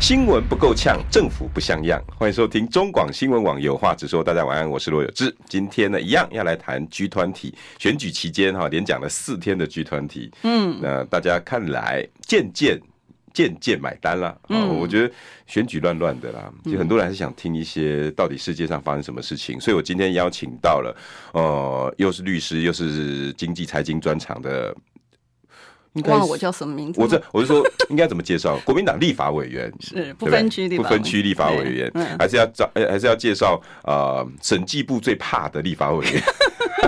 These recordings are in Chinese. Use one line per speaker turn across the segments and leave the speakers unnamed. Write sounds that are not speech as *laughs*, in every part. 新闻不够呛，政府不像样。欢迎收听中广新闻网有话直说。大家晚安，我是罗有志。今天呢，一样要来谈 G 团体选举期间哈，连讲了四天的 G 团体。嗯，那大家看来渐渐渐渐买单了。嗯、我觉得选举乱乱的啦，就很多人还是想听一些到底世界上发生什么事情。所以我今天邀请到了，呃，又是律师，又是经济财经专场的。应该
忘了
是
我叫什么名字吗。
我
*laughs*
这我是说应该怎么介绍？ *laughs* 国民党立法委员
是
对不
不
对
分区立法
不分区立法委员
对，嗯
还是要找呃还是要介绍呃审计部最怕的立法委员。 *laughs*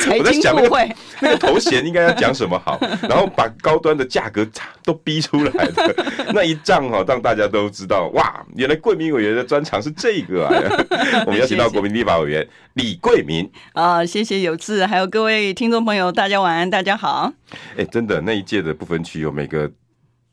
财
我在
经
想那
部
个
会，
那个头衔应该要讲什么
*laughs*
好，然后把高端的价格都逼出来的 *laughs* 那一仗哈、让大家都知道哇，原来桂民委员的专长是这个啊！ *laughs* 我们邀请到国民立法委员李桂民，
啊，谢谢有志，还有各位听众朋友，大家晚安，大家好。
哎、真的那一届的不分区有哦每个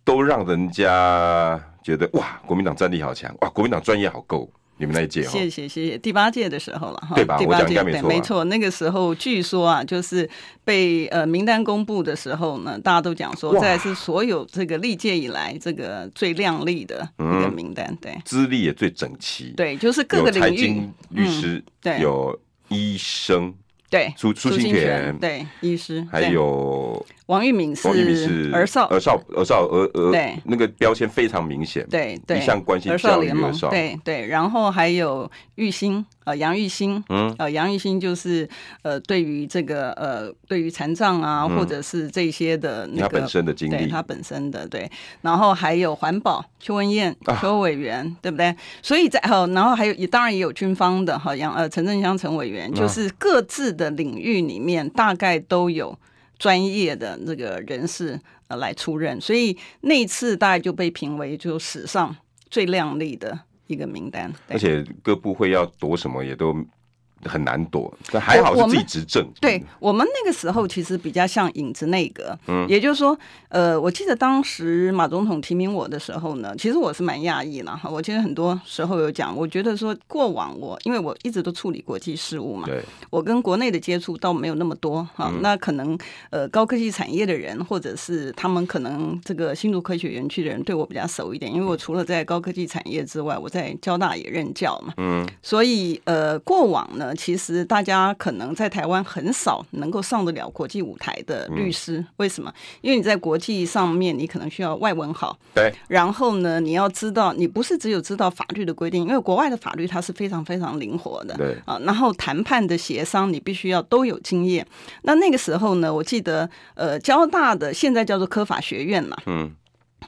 都让人家觉得哇，国民党战力好强，哇，国民党专业好够。你们那一届哦，
谢谢谢谢，第八届的时候了哈，
对吧
第
我
八
讲应
届
该没
对
错吧
没错，那个时候据说啊，就是被呃名单公布的时候呢，大家都讲说，
哇
这是所有这个历届以来这个最亮丽的一个名单，对
资历也最整齐，，
对，就是
嗯
各
有
个
财
领域嗯
经，律师，
对
有医生
对，
苏苏清泉，
对，医师，
还
对
有
王玉敏
王一鸣是
儿少，
儿少儿少儿儿
对，
那个标签非常明显，
对对，
一向关心
儿
教
少
育
联盟
儿少，
对对，然后还有玉兴，呃，杨玉兴，
嗯，
呃，杨玉兴就是呃，对于这个呃，对于残障啊，或者是这些的
嗯
那
他
个
本身的经
对
历
他，本身的对，然后还有环保邱文燕
啊
邱委员、对不对？所以在哦，然后还有也当然也有军方的哈杨呃陈振香陈委
嗯
员，就是各自的领域里面大概都有专业的这个人士呃来出任，所以那一次大概就被评为就史上最亮丽的一个名单。对
而且各部会要躲什么也都很难躲，但还好
我
是
我
自
们
己执政，
对我们那个时候其实比较像影子内阁，嗯，也就是说，呃，我记得当时马总统提名我的时候呢，其实我是蛮讶异了哈。我其实很多时候有讲，我觉得说过往我因为我一直都处理国际事务嘛，
对，
我跟国内的接触倒没有那么多哈、那可能呃高科技产业的人，或者是他们可能这个新竹科学园区的人对我比较熟一点，因为我除了在高科技产业之外，我在交大也任教嘛，
嗯，
所以呃过往呢，其实大家可能在台湾很少能够上得了国际舞台的律师，为什么？因为你在国际上面，你可能需要外文好，
对，
然后呢，你要知道，你不是只有知道法律的规定，因为国外的法律它是非常非常灵活的，
对
啊。然后谈判的协商，你必须要都有经验。那那个时候呢，我记得呃，交大的现在叫做科法学院嘛，
嗯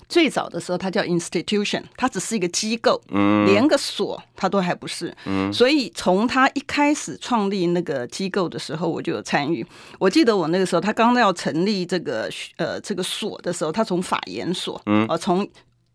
最早的时候它叫 institution，它只是一个机构，
嗯，
连个所它都还不是。所以从他一开始创立那个机构的时候，我就有参与。我记得我那个时候，他刚要成立这个呃这个所的时候，他从法研所，嗯，呃，从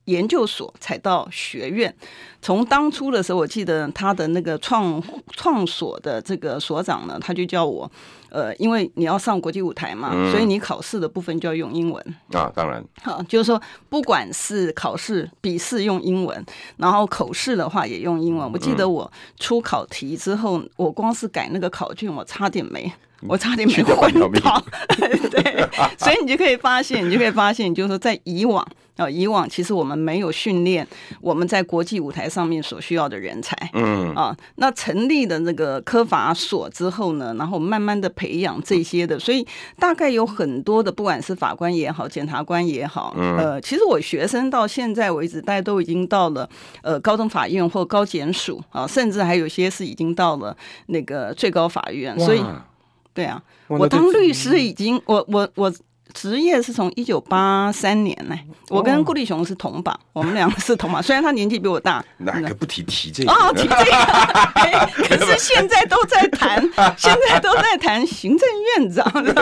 研究所才到学院。从当初的时候，我记得他的那个创创所的这个所长呢，他就叫我，呃，因为你要上国际舞台嘛，所以你考试的部分就要用英文。
啊，当然，
好，就是说，不管是考试、笔试用英文，然后口试的话也用英文。我记
嗯
得我出考题之后，我光是改那个考卷，我差点没，我差点
嗯
没
去掉半
昏
条命
倒。 *laughs* 对，所以你就可以发现，你就可以发现，就是说，在以往啊、呃以往其实我们没有训练我们在国际舞台上面所需要的人才。
嗯，
啊，那成立的那个科法所之后呢，然后慢慢的培养
嗯
这些的，所以大概有很多的，不管是法官也好，检察官也好，
嗯
呃，其实我学生到现在为止，大家都已经到了呃高等法院或高检署啊，甚至还有些是已经到了那个最高法院，所以
哇
对啊，
哇
我
那这嗯
当律师已经，我我我职业是从一九八三年呢、我跟顾立雄是同榜，我们两个是同榜，虽然他年纪比我大，
哪
嗯 *laughs*
个不提提这个？ *laughs*
哦，提这个，哎可是现在都在谈，现在都在谈行政院长 *laughs* 的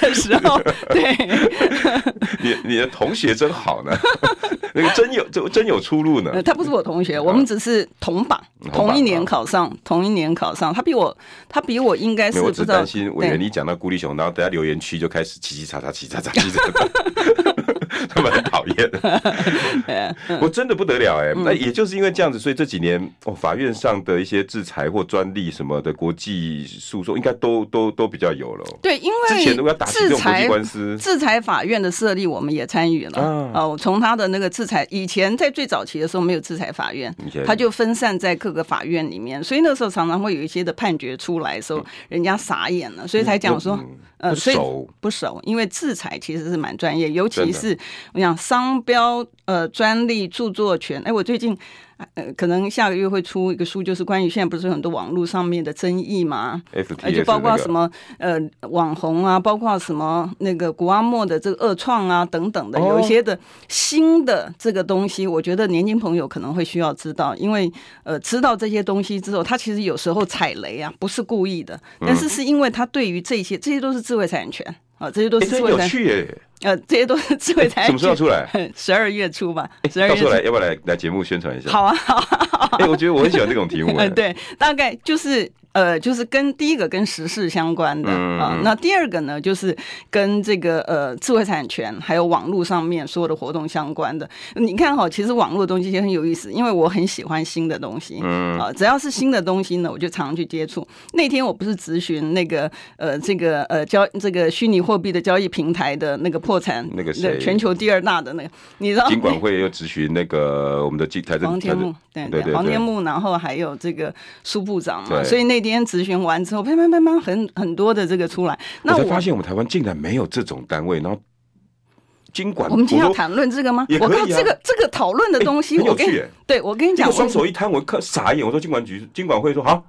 的时候，对，
你你的同学真好呢， *laughs* 那个真有真真有出路呢。
呃他不是我同学，我们只是同榜，
同榜
同一
啊
年考上，同一年考上，他比我，他比我应该
没
是
有，
不
我只
知道
担心委
对
员你讲到孤立熊，然后等下留言区就开始叽叽喳喳、叽叽喳喳、叽叽喳喳，
*laughs*
*laughs* 他们很讨厌。我真的不得了哎、
嗯
那也就是因为这样子，所以这几年哦，法院上的一些制裁或专利什么的国际诉讼，应该都都都比较有了哦。
对，因
之前如果
为
要打击这
制
种国际
裁
官司
制裁法院的设立，我们也参与了。
啊
哦，从他的那个制裁，以前在最早期的时候没有制裁法院
以前，
他就分散在各个法院里面，所以那时候常常会有一些的判决出来的
嗯
时候，人家傻眼了，所以才讲说。呃，
不
所以
熟
不熟，因为制裁其实是蛮专业，尤
真
其
的
是我想商标、呃专利、著作权。哎，我最近呃可能下个月会出一个书，就是关于现在不是有很多网络上面的争议嘛，而
FTS
且包括什
么？
么呃网红啊，包括什么那个古阿莫的这个恶创啊等等的，
哦
有一些的新的这个东西，我觉得年轻朋友可能会需要知道，因为呃知道这些东西之后，他其实有时候踩雷啊，不是故意的，
嗯
但是是因为他对于这些，这些都是智慧产权啊，这些都
哎、
是哎
真
智慧
有
产，
趣哎、
呃，这些都是智慧产权。
什么时候出来？
*laughs* 十二月初吧，十二
到
月
时候
初
来，。要不要来来节目宣传一下？
好啊，好啊，
哎、我觉得我很喜欢这种题
*laughs*
目、哎
嗯，，对，大概就是呃，就是跟第一个跟时事相关的
嗯
啊、那第二个呢，就是跟这个呃智慧产权还有网络上面所有的活动相关的。你看哈、其实网络的东西也很有意思，因为我很喜欢新的东西，嗯啊、只要是新的东西呢，我就常去接触。那天我不是咨询那个呃这个呃交这个虚拟货币的交易平台的那个破产，
那个谁
全球第二大的那个，你知道
金管会又咨询那个我们的金财政
黄天木，
财
对
政对对
黄
对
天木，然后还有这个苏部长嘛，
对
所以那天咨询完之后，啪啪啪啪，很很多的这个出来。那
我才
我
发现我们台湾竟然没有这种单位，然后经管
我们今天要
说
谈论这个吗？
也可
我
以啊
靠，这个这个讨论的东西，
哎很有
我跟
趣
你
哎
对我跟你
这
讲
个，双手一摊，我看傻眼，我说经管局经管会说好，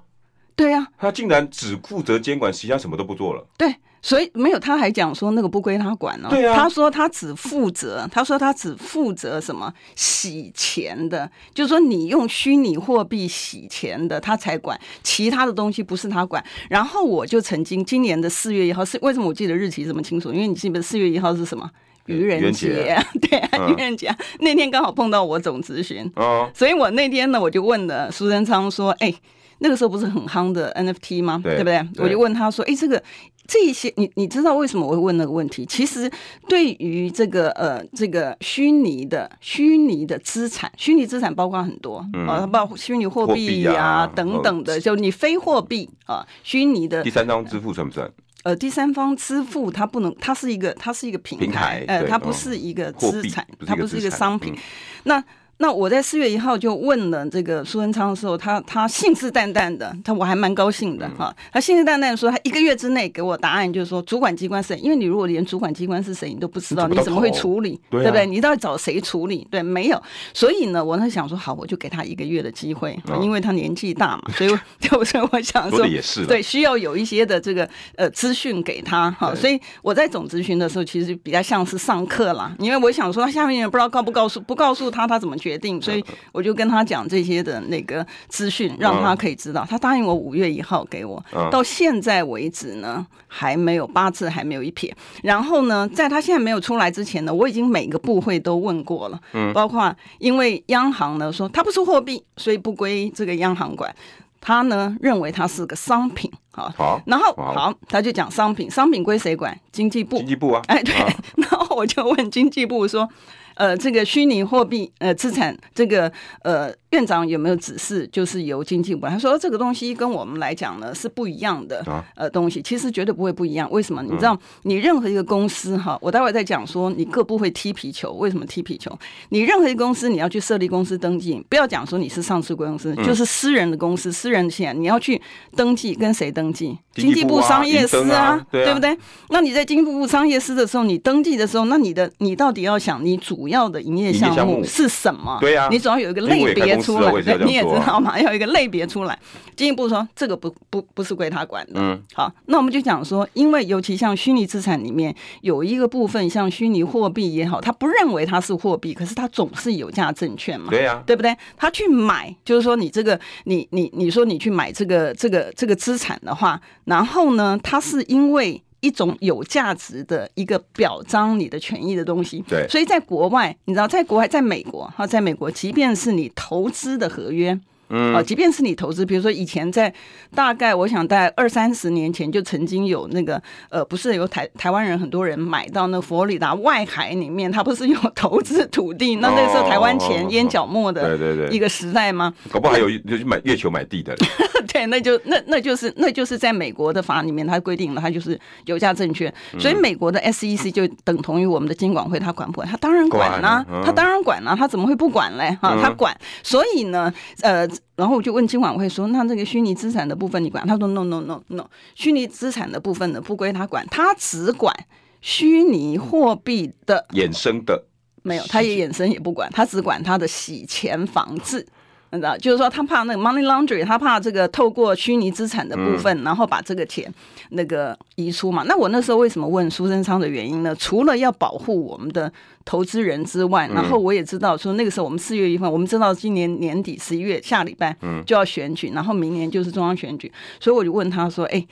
对啊，
他竟然只负责监管，其他什么都不做了。
对，所以没有，他还讲说那个不归他管哦。
对啊
他说他只负责，他说他只负责什么洗钱的，就是说你用虚拟货币洗钱的，他才管，其他的东西不是他管。然后我就曾经今年的四月一号是为什么我记得日期这么清楚？因为你记不记得四月一号是什么？愚
呃愚人
人
节
节， *laughs* 对啊，
嗯
愚人节、那天刚好碰到我总咨询，
哦，
所以我那天呢，我就问了苏贞昌说：“哎、那个时候不是很夯的 NFT 吗？
对
不对？”
对
我就问他说：“哎、这个这一些，你你知道为什么我会问那个问题？其实对于这个呃这个虚拟的虚拟的资产，虚拟资产包括很多啊，包括虚拟货
嗯
币
货币
呀、
啊
等等的，就你非货币啊，虚拟的
第三张支付算不算？
呃，第三方支付它不能，它是一个，它是一个平台，
平台
呃，
对
它
嗯
不是一个
货
资
币
产，
不是一
它
个
不是
资
一个
产嗯
商品。那那我在四月一号就问了这个苏文昌的时候，他他信誓旦旦的，他我还蛮高兴
嗯
的哈、他信誓旦旦地说，他一个月之内给我答案，就是说主管机关是谁，因为你如果连主管机关是谁你都不知道，
你
你
找不到
怎么会
头
处理，
对啊
不对？你到底找谁处理？对，没有。所以呢，我那想说，好，我就给他一个月的机会，
嗯
因为他年纪大嘛，所以我 *laughs* 对所以我想
说
说
的，也是了，
对，需要有一些的这个呃资讯给他哈，
对
所以我在总咨询的时候，其实比较像是上课啦，因为我想说下面也不知道告不告诉，不告诉他他怎么
嗯
决定，所以我就跟他讲这些的那个资讯，让他可以知道。他答应我五月一号给我
嗯，
到现在为止呢还没有八字还没有一撇。然后呢，在他现在没有出来之前呢，我已经每个部会都问过了，包括因为央行呢说它不是货币，所以不归这个央行管。他呢认为它是个商品啊，
好
然后
好
好，他就讲商品，商品归谁管？经济部
经。济部啊，
哎，对
啊，
*laughs* 然后我就问经济部说，呃，这个虚拟货币呃资产，这个呃院长有没有指示，就是由经济部？他说这个东西跟我们来讲呢是不一样的
啊嗯
呃东西，其实绝对不会不一样。为什么？你知道，你任何一个公司哈，我待会再讲说你各部会踢皮球，为什么踢皮球？你任何一个公司你要去设立公司登记，不要讲说你是上市公
嗯
司，就是私人的公司、私人钱，你要去登记，跟谁登记？
经
经
济
济
部
部
啊
商业司
银灯啊对啊
对不对？那你在经济部商业司的时候，你登记的时候，那你的你到底要想你主要的营业项
营业项目
目是什么？
对啊
你总要有一个
因为我
类
也开
别
公司
出
啊
来，
我也是要这样做啊
你也知道嘛， *laughs* 要有一个类别出来。进一步说，这个不不不是归他管的。
嗯，
好，那我们就讲说，因为尤其像虚拟资产里面有一个部分，像虚拟货币也好，他不认为它是货币，可是它总是有价证券嘛。
对
*laughs*
呀、
对不对？他去买，就是说你这个，你你你说你去买这个这个这个资产的话，然后呢，它是因为一种有价值的一个表彰你的权益的东西。
对
所以在国外，你知道，在国外，在美国哈，在美国，即便是你投资的合约。嗯，啊，即便是你投资，比如说以前在大概我想在二三十年前就曾经有那个呃，不是有台台湾人很多人买到那佛罗里达外海里面，他不是有投资土地？那那时候台湾
哦
钱烟角末
对
的
对对
一个时代吗？ *laughs*
搞不好还有就去买月球买地的嘞，
对，那就那那就是那就是在美国的法里面，它规定了它就是有价证券，
嗯
所以美国的 SEC 就等同于我们的监管会，它管不管？它当然管
管啊
啦、
嗯
它当然管啦、它怎么会不管嘞？哈、
嗯
它管。所以呢，呃，然后我就问监管会说，那这个虚拟资产的部分你管？他说 no no no no，虚拟资产的部分呢不归他管，他只管虚拟货币的
衍生的
没有，他也衍生也不管，他只管他的洗钱防治。你知道，就是说他怕那个 money laundry，他怕这个透过虚拟资产的部分，然后把这个钱那个移出嘛。那我那时候为什么问苏贞昌的原因呢？除了要保护我们的投资人之外，然后我也知道说那个时候我们四月一份，我们知道今年年底十一月下礼拜就要选举，然后明年就是中央选举，所以我就问他说：“哎，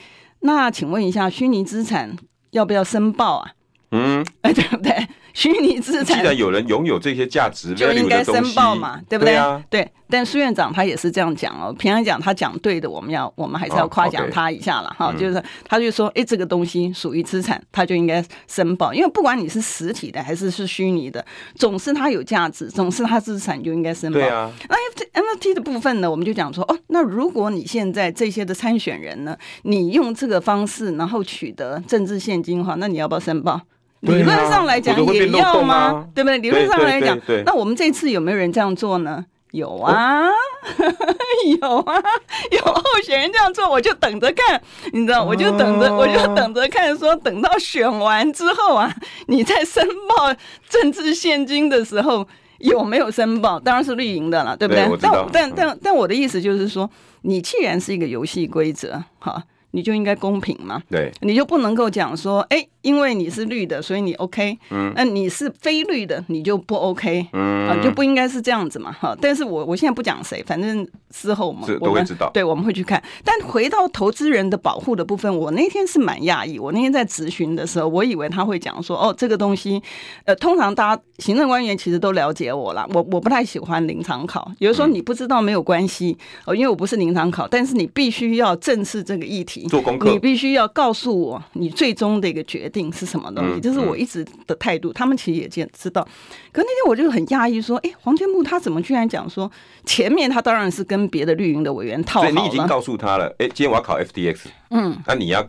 那请问一下，虚拟资产要不要申报啊？ *laughs*
嗯，
哎，对不对？虚拟 *laughs* 资
既
产
然有人拥有这些价值
*laughs* 就
value
应该
的东
申
西
报嘛，对不对？
对啊，
但苏院长他也是这样讲哦。平常讲他讲对的，我们要我们还是要
哦
夸
OK 嗯
奖他一下了哈、就是他就说，哎，这个东西属于资产，他就应该申报，因为不管你是实体的还是是虚拟的，总是它有价值，总是它资产就应该申报。
对啊，
那 FT NFT 的部分呢，我们就讲说，哦，那如果你现在这些的参选人呢，你用这个方式然后取得政治现金的话，那你要不要申报？
对啊
理论上来讲
否则会
也
变漏
要
洞
吗？
啊
对不对？理论上来讲
对对对对，
那我们这次有没有人这样做呢？有啊， *laughs* 有啊，有候选人这样做，我就等着看，你知道，我就等着，
哦
我就等着看，说等到选完之后啊，你在申报政治现金的时候有没有申报？当然是绿营的了，对不
对我知
但
道
我但
嗯
但但我的意思就是说，你既然是一个游戏规则，哈，你就应该公平嘛。
对，
你就不能够讲说，哎、因为你是绿的，所以你 OK，嗯，那你是非绿的，你就不 OK，嗯，啊、就不应该是这样子嘛，哈。但是我我现在不讲谁，反正事后我们
这都
我们
会知道
对，我们会去看。但回到投资人的保护的部分，我那天是蛮讶异，我那天在咨询的时候，我以为他会讲说，哦，这个东西，呃，通常大家行政官员其实都了解我啦，我我不太喜欢临场考，有的时候你不知道没有关系，哦，因为我不是临场考，但是你必须要正视这个议题，
做功课
你必须要告诉我你最终的一个决定是什么东
嗯
西，这是我一直的态度。他们其实也见知道，可那天我就很讶异，说，哎，黄建木他怎么居然讲说，前面他当然是跟别的绿营的委员套
所以你已
好
经
了，
告诉他了，哎、今天我要考 FTX，嗯，那你要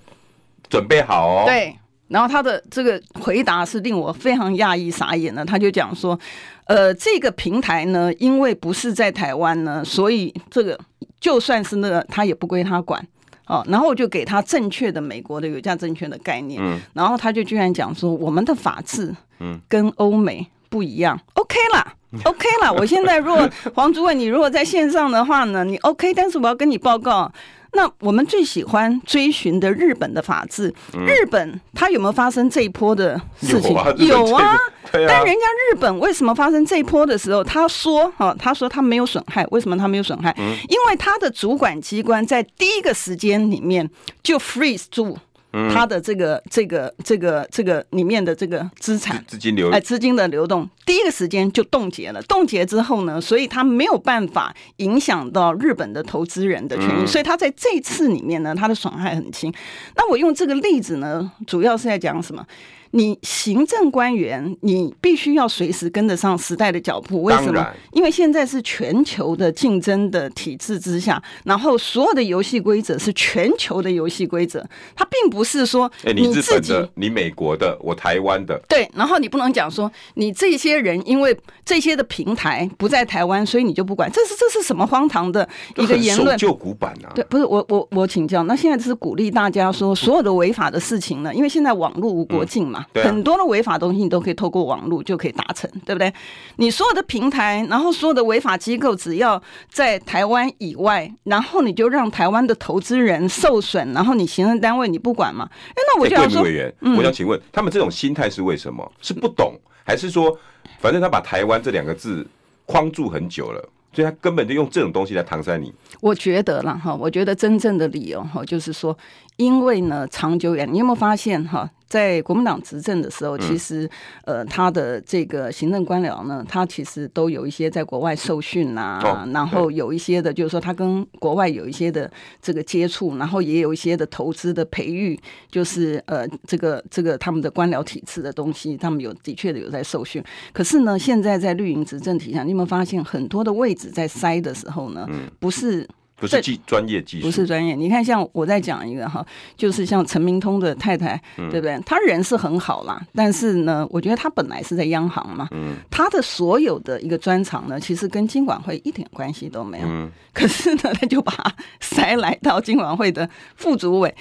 准备好哦，，
对。然后他的这个回答是令我非常讶异、傻眼的。他就讲说，呃，这个平台呢，因为不是在台湾呢，所以这个就算是那个，他也不归他管。哦，然后我就给他正确的美国的有价证券的概念，
嗯
然后他就居然讲说我们的法治，嗯，跟欧美不一样、o k 啦。OK 啦，我现在如果 *laughs* 黄主委你如果在线上的话呢，你 OK，但是我要跟你报告，那我们最喜欢追寻的日本的法治，日本它有没有发生这一波的事
嗯有
情？
啊日本
有啊
这个对啊
但人家日本为什么发生这一波的时候，他说哈、他说他没有损害，为什么他没有损害？
嗯
因为他的主管机关在第一个时间里面就 freeze 住他的这个、这个这个这个里面的这个资产。
资金流
哎，资金的流动第一个时间就冻结了，冻结之后呢，所以它没有办法影响到日本的投资人的权
嗯
益，所以它在这次里面呢，它的损害很轻。那我用这个例子呢，主要是在讲什么？你行政官员，你必须要随时跟得上时代的脚步。为什
当
么
然？
因为现在是全球的竞争的体制之下，然后所有的游戏规则是全球的游戏规则，它并不是说
哎、你日
自
本
己
的，你美国的，我台湾的，
对，然后你不能讲说你这些人因为这些的平台不在台湾，所以你就不管，这是这是什么荒唐的一个
很
言
守
论？
旧古板啊，
对，不是我我我请教，那现在是鼓励大家说所有的违法的事情呢，因为现在网络无国境嘛，嘛，
对啊
很多的违法东西你都可以透过网络就可以达成，对不对？你所有的平台，然后所有的违法机构，只要在台湾以外，然后你就让台湾的投资人受损，然后你行政单位你不管嘛？哎，那我
哎
就
贵
想
民
说嗯
委，员，我想请问，他们这种心态是为什么？是不懂，还是说，反正他把台湾这两个字框住很久了，所以他根本就用这种东西来搪塞你？
我觉得啦哈，我觉得真正的理由哈，就是说，因为呢，长久远，你有没有发现哈，在国民党执政的时候，其实呃，他的这个行政官僚呢，他其实都有一些在国外受训呐、
哦
然后有一些的，就是说他跟国外有一些的这个接触，然后也有一些的投资的培育，就是呃，这个这个他们的官僚体制的东西，他们有的确的有在受训。可是呢，现在在绿营执政体下，你有没有发现很多的位置在塞的时候呢，不是
不是
对
技专业技术，
不是专业。你看，像我再讲一个哈，就是像陈明通的太太，
嗯
对不对？她人是很好啦，但是呢，我觉得她本来是在央行嘛，
嗯
她的所有的一个专长呢，其实跟金管会一点关系都没有。
嗯
可是呢，他就把她塞来到金管会的副主委，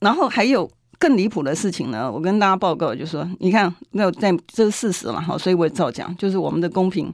然后还有。更离谱的事情呢，我跟大家报告，就是说，你看，那我在这是事实了哈，所以我照讲，就是我们的公平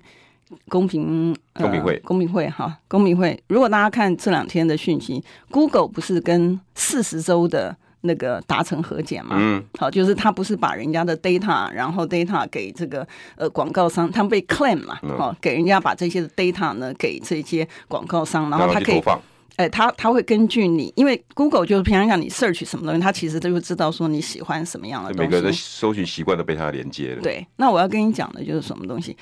公平、呃
公平会
公平会哈，公平会。如果大家看这两天的讯息，Google 不是跟四十州的那个达成和解嘛？
嗯，
好，就是他不是把人家的 data，然后 data 给这个呃广告商，他们被 claim 嘛，
嗯
好、给人家把这些 data 呢给这些广告商，然后他
去
可以
投放，
哎，他他会根据你，因为 Google 就是平常讲你 search 什么东西，他其实就会知道说你喜欢什么样的东
每
西。
个人的搜寻习惯都被他连接了。，
啊对，那我要跟你讲的就是什么东西。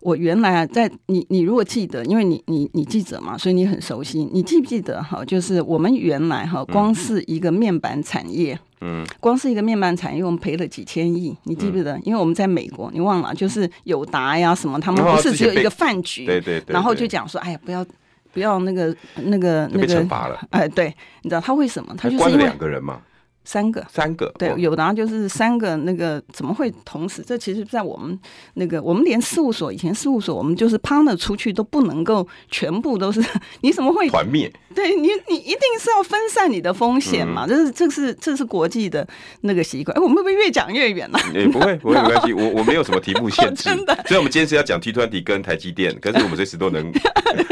我原来啊，在你你如果记得，因为你你你记者嘛，所以你很熟悉。你记不记得哈？就是我们原来
嗯
哈，光是一个面板产业，嗯，光是一个面板产业，我们赔了几千亿，你记不记得？
嗯
因为我们在美国，你忘了，就是友达呀什么，他们
哦
不是
之
只
前
有一
被
个饭局，
对对对
然后
对
就讲说，哎呀，不要不要那个那个
就
那
被
个
惩，罚了。
哎，对，你知道他为什么？他就是
关了
因为
两个人嘛，
三个，
三个。哦
对
哇，
有的啊，就是三个那个怎么会同时？这其实，在我们那个，我们连事务所以前事务所，我们就是 partner 出去都不能够全部都是， *laughs* 你怎么会？
团灭，
对你，你一定是要分散你的风险嘛，这是这是这是国际的那个习惯。哎，我们会不会越讲越远了、
也、不会，不会没关系，我我没有什么题
*laughs*
目限制，
哦真的
所以我们今天是要讲 T 团体跟台积电，可是我们随时都
*laughs*
能
*laughs*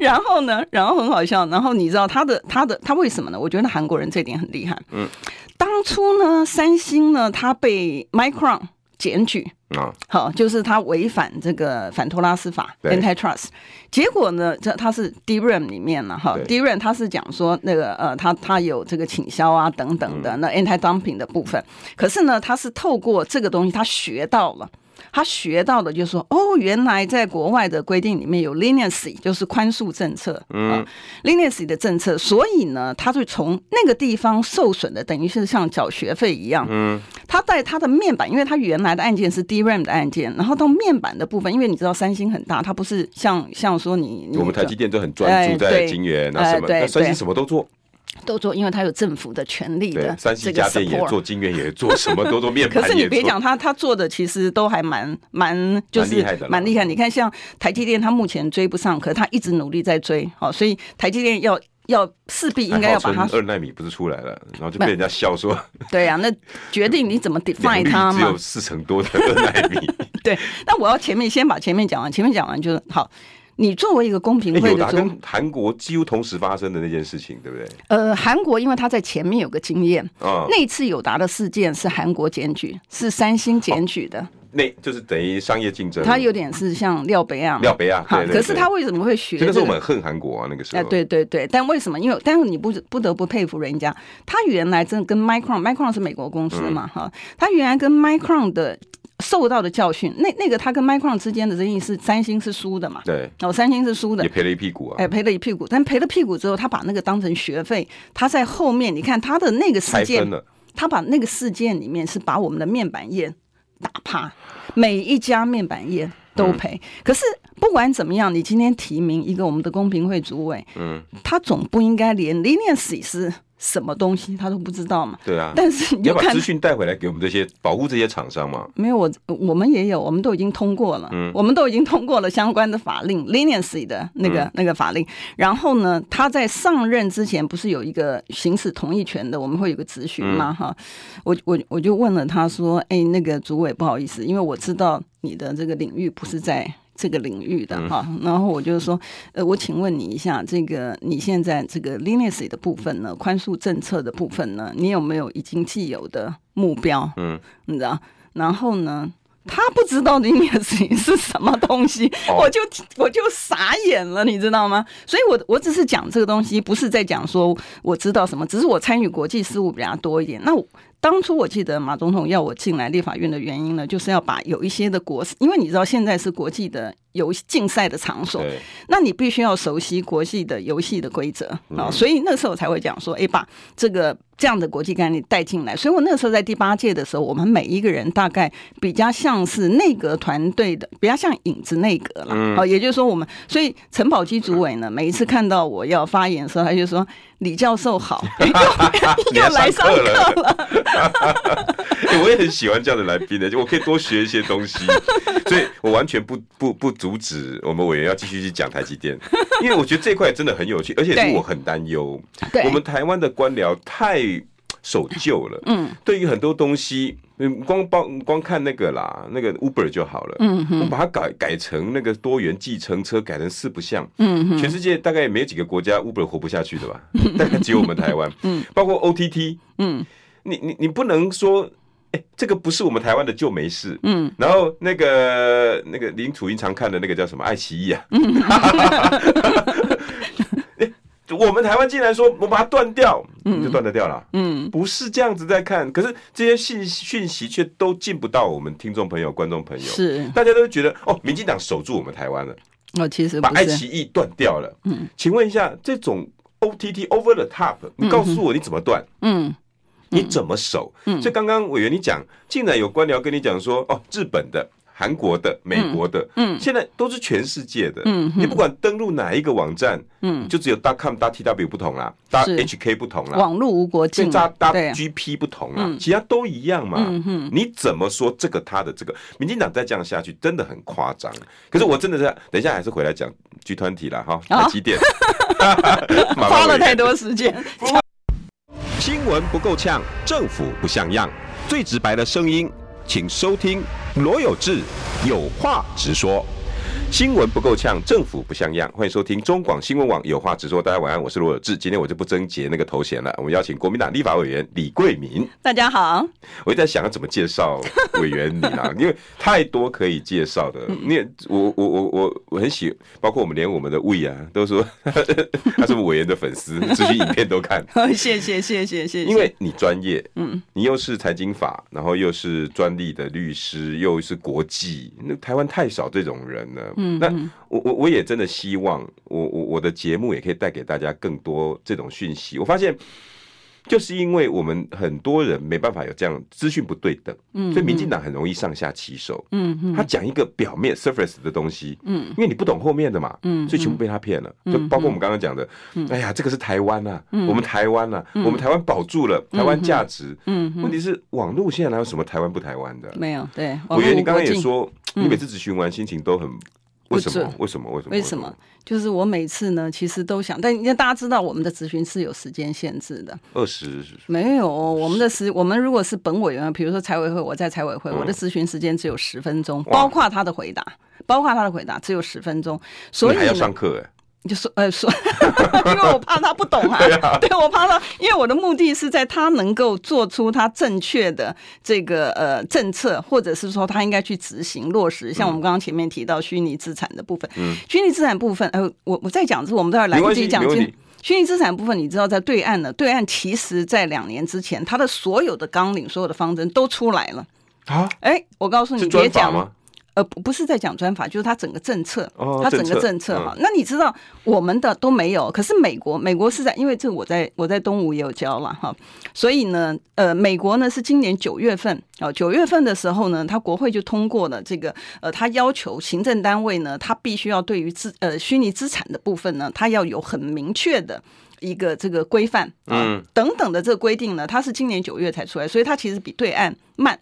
然后呢，然后很好笑，然后你知道他的他的他为什么呢？我觉得韩国人这点很厉害。嗯，当初呢，三星呢，他被 Micron 检举，
啊，
好，就是他违反这个反托拉斯法
对
（antitrust）。结果呢，这他是 DRAM 里面了哈
对
，DRAM 他是讲说那个呃，他他有这个倾销啊等等
嗯
的那 anti-dumping 的部分。可是呢，他是透过这个东西，他学到了。他学到的就是说，哦，原来在国外的规定里面有 leniency，就是宽恕政策，嗯、leniency 的政策，所以呢，他就从那个地方受损的，等于是像缴学费一样，嗯，他在他的面板，因为他原来的案件是 DRAM 的案件，然后到面板的部分，因为你知道三星很大，它不是像像说你你
我们台积电都很专注
哎
在
对
晶圆啊
哎
什么，
对
那三星
对
什么都做，
都做，因为它有政府的权利
对
的，
三
这
星
个
家电也
support
做，晶圆也做，什么都做，面
可
板
是你
也
别
做。
讲他，他做的其实都还蛮蛮就
蛮
是
厉害的啦
蛮厉害。你看，像台积电，他目前追不上，可他一直努力在追，好、所以台积电要要势必应该要把它
哎二纳米不是出来了，然后就被人家笑说，
对啊，那决定你怎么
*laughs* 良
define
率
它
只有
嘛。
四成多的二纳米。
对，那我要前面先把前面讲完，前面讲完就是好。你作为一个公平
哎
会
友
的
达
主
跟韩国几乎同时发生的那件事情，对不对？
呃，韩国因为他在前面有个经验，
啊、
那次友达的事件是韩国检举，是三星检举的，
那就是等于商业竞争。
他有点是像廖北亚嘛，
廖北亚
好
对对
可是
对
他为什么会学、
所以那
这个？
时候我们很恨韩国啊，那个时
哎、
候。
对对对，但为什么？因为但是你不不得不佩服人家，他原来真的跟 Micron，Micron 是美国公司嘛，
嗯
哈、他原来跟 Micron 的受到的教训，那那个他跟 Micron 之间的争议是三星是输的嘛，
对
哦，三星是输的
也，赔了一屁股啊。
哎，赔了一屁股，但赔了屁股之后，他把那个当成学费，他在后面你看他的那个哎事
拆分
件，
了，
他把那个事件里面是把我们的面板业打趴，每一家面板业都赔。
嗯
可是不管怎么样，你今天提名一个我们的公平会主委，嗯，他总不应该连 leniency 是。什么东西，他都不知道嘛。
对啊，
但是你
你
就
要把
看
资讯带回来给我们这些保护这些厂商嘛。
没有我，我们也有，我们都已经通过了，我们都已经通过了相关的法令 （leniency） 的那个、那个法令。然后呢，他在上任之前不是有一个行使同意权的，我们会有个咨询嘛？哈，我我我就问了他说：“哎，那个主委，不好意思，因为我知道你的这个领域不是在。”这个领域的哈，然后我就说，呃，我请问你一下，这个你现在这个 l i n u x 的部分呢，宽恕政策的部分呢，你有没有已经既有的目标？
嗯，
你知道？然后呢，他不知道 l i n u x 是什么东西，
哦
我就我就傻眼了，你知道吗？所以我我只是讲这个东西，不是在讲说我知道什么，只是我参与国际事务比较多一点。那我当初我记得马总统要我进来立法院的原因呢，就是要把有一些的国，因为你知道现在是国际的游戏竞赛的场所，
对， *laughs*
那你必须要熟悉国际的游戏的规则啊、
嗯
所以那时候我才会讲说，哎，把这个这样的国际概念带进来。所以我那时候在第八届的时候，我们每一个人大概比较像是内阁团队的，比较像影子内阁啦。
嗯
哦、也就是说我们，所以陈宝基主委呢，每一次看到我要发言的时候，他就说李教授好，
*laughs*
哎又又来上课了。
欸我也很喜欢这样的来宾的，就我可以多学一些东西，所以我完全不不不阻止我们委员要继续去讲台积电，因为我觉得这块真的很有趣，而且
对
是我很担忧，
对
我们台湾的官僚太守旧了，嗯，对于很多东西，嗯，光光光看那个啦，那个 Uber 就好了，嗯我把它改改成那个多元计程车，改成四不像，嗯全世界大概也没有几个国家 Uber 活不下去的 *laughs* 吧，大概只有我们台湾，嗯，包括 OTT，
嗯，
你你你不能说。哎、这个不是我们台湾的就没事，嗯，然后那个那个林楚英常看的那个叫什么爱奇艺啊，
嗯
*laughs* 我们台湾竟然说我把它断掉，你就断得掉了。嗯，不是这样子在看，可是这些信息讯息却都进不到我们听众朋友、观众朋友。
是，
大家都觉得哦，民进党守住我们台湾了，
哦，其实
把
不
爱
是。
奇艺断掉了。嗯，请问一下，这种 OTT over the top，你告诉我你怎么断？
嗯，
你怎么守？所以刚刚委员你讲，竟然有官僚跟你讲说，哦，日本的、韩国的、美国的，嗯，现在都是全世界的，
嗯，
你不管登录哪一个网站，
嗯，
就只有 .com、.tw 不同啦，.dot
是
.hk 不同啦。
网络无国
跟
境
大
嘛，
大
对嗯
GP 不同啦，其他都一样嘛。你怎么说这个他的这个，民进党再这样下去真的很夸张。可是我真的是，等一下还是回来讲集团体啦，哈，台积
*laughs*
电，麻烦
花
委
哦了
员
太多时间。 *laughs*
新闻不够呛，政府不像样，最直白的声音，请收听罗有志有话直说。
新闻不够呛，政府不像样。欢迎收听中广新闻网，有话直说。大家晚安，我是罗有志。今天我就不争结那个头衔了，我们邀请国民党立法委员李桂敏。
大家好， *laughs*
我一直在想要怎么介绍委员你啦，因为太多可以介绍的。你也我我我我我很喜，包括我们连我们的魏啊，都说 *laughs* 他是我们委员的粉丝，这些影片都看。
谢谢谢谢谢谢。
因为你专业，嗯，你又是财经法，然后又是专利的律师，又是国际，那台湾太少这种人了。嗯，那我我我也真的希望，我我我的节目也可以带给大家更多这种讯息。我发现。就是因为我们很多人没办法有这样资讯不对等，嗯，所以民进党很容易上下其手，嗯嗯，他讲一个表面 surface 的东西，嗯，因为你不懂后面的嘛，嗯，所以全部被他骗了，就包括我
嗯
们刚刚讲的，哎呀，这个是台湾啊，我们台湾啊，
嗯
我们台湾保住了台湾价值，嗯，问题是网络现在哪有什么台湾不台湾的？
没有对，
我
网
觉
络
得你刚刚
无
也
国境嗯
说，你每次只询完心情都很。为什么？为什么？为什么？
为什么？？就是我每次呢，其实都想，但因为大家知道我们的咨询是有时间限制的，
二十
没有我们的时，我们如果是本委员，比如说财委会，我在财委会，
嗯
我的咨询时间只有十分钟，包括他的回答，包括他的回答只有十分钟，所
你
以
还
呢
要上课哎？
就说呃说， *laughs* 因为我怕他不懂啊，对我怕他，因为我的目的是在他能够做出他正确的这个呃政策，或者是说他应该去执行落实。
嗯
像我们刚刚前面提到虚拟资产的部分，虚拟资产部分，呃，我我再讲，这我们待会儿来不及讲
没关系没问
今
题。
虚拟资产部分，你知道，在对岸呢，对岸其实在两年之前，它的所有的纲领、所有的方针都出来了。
啊，
哎，我告诉你，
是
别
专法
讲
吗？
呃，不不是在讲专法，就是它整个政策，
哦
它整
政
个
策
政策哈。那你知道我们的都没有，可是美国，美国是在，因为这我在我在东吴也有教了哈，所以呢，呃，美国呢是今年九月份哦，九月份的时候呢，它国会就通过了这个，呃，它要求行政单位呢，它必须要对于资呃虚拟资产的部分呢，它要有很明确的。一个这个规范，嗯，等等的这个规定呢，它是今年九月才出来，所以它其实比对岸慢。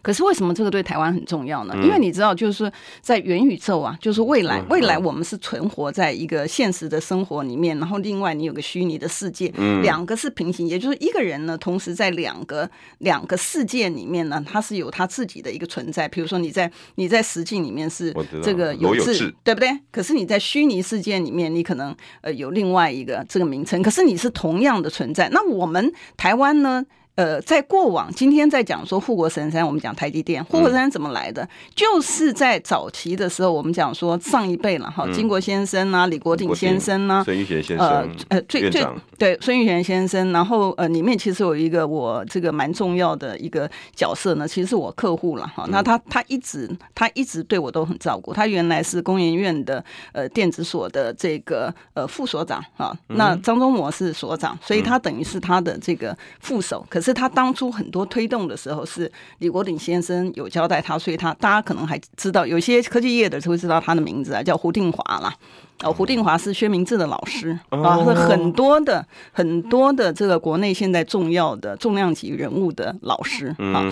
可是为什么这个对台湾很重要呢？
嗯
因为你知道，就是在元宇宙啊，就是未来，未来我们是存活在一个现实的生活里面，然后另外你有个虚拟的世界，
嗯
两个是平行，也就是一个人呢，同时在两个两个世界里面呢，他是有他自己的一个存在。比如说你在你在实际里面是
我知道
这个
罗有
志，
志
对不对？可是你在虚拟世界里面，你可能呃有另外一个这个名称，可是你是同样的存在。那我们台湾呢？呃，在过往，今天在讲说护国神山，我们讲台积电，护国神山怎么来的？就是在早期的时候，我们讲说上一辈了哈，金国先生啊，嗯李国鼎先生啊，
孙玉贤先
呃
生，
呃，最
院
最
长
对孙玉璇先生，然后呃，里面其实有一个我这个蛮重要的一个角色呢，其实是我客户了
嗯
哈。那他他一直他一直对我都很照顾，他原来是工研院的呃电子所的这个呃副所长啊，
嗯
那张忠谋是所长，所以他等于是他的这个副手。可是他当初很多推动的时候是李国鼎先生有交代他，所以他大家可能还知道，有些科技业的就会知道他的名字啊，叫胡定华啦。哦，胡定华是薛明志的老师、啊，是很多的很多的这个国内现在重要的重量级人物的老师啊。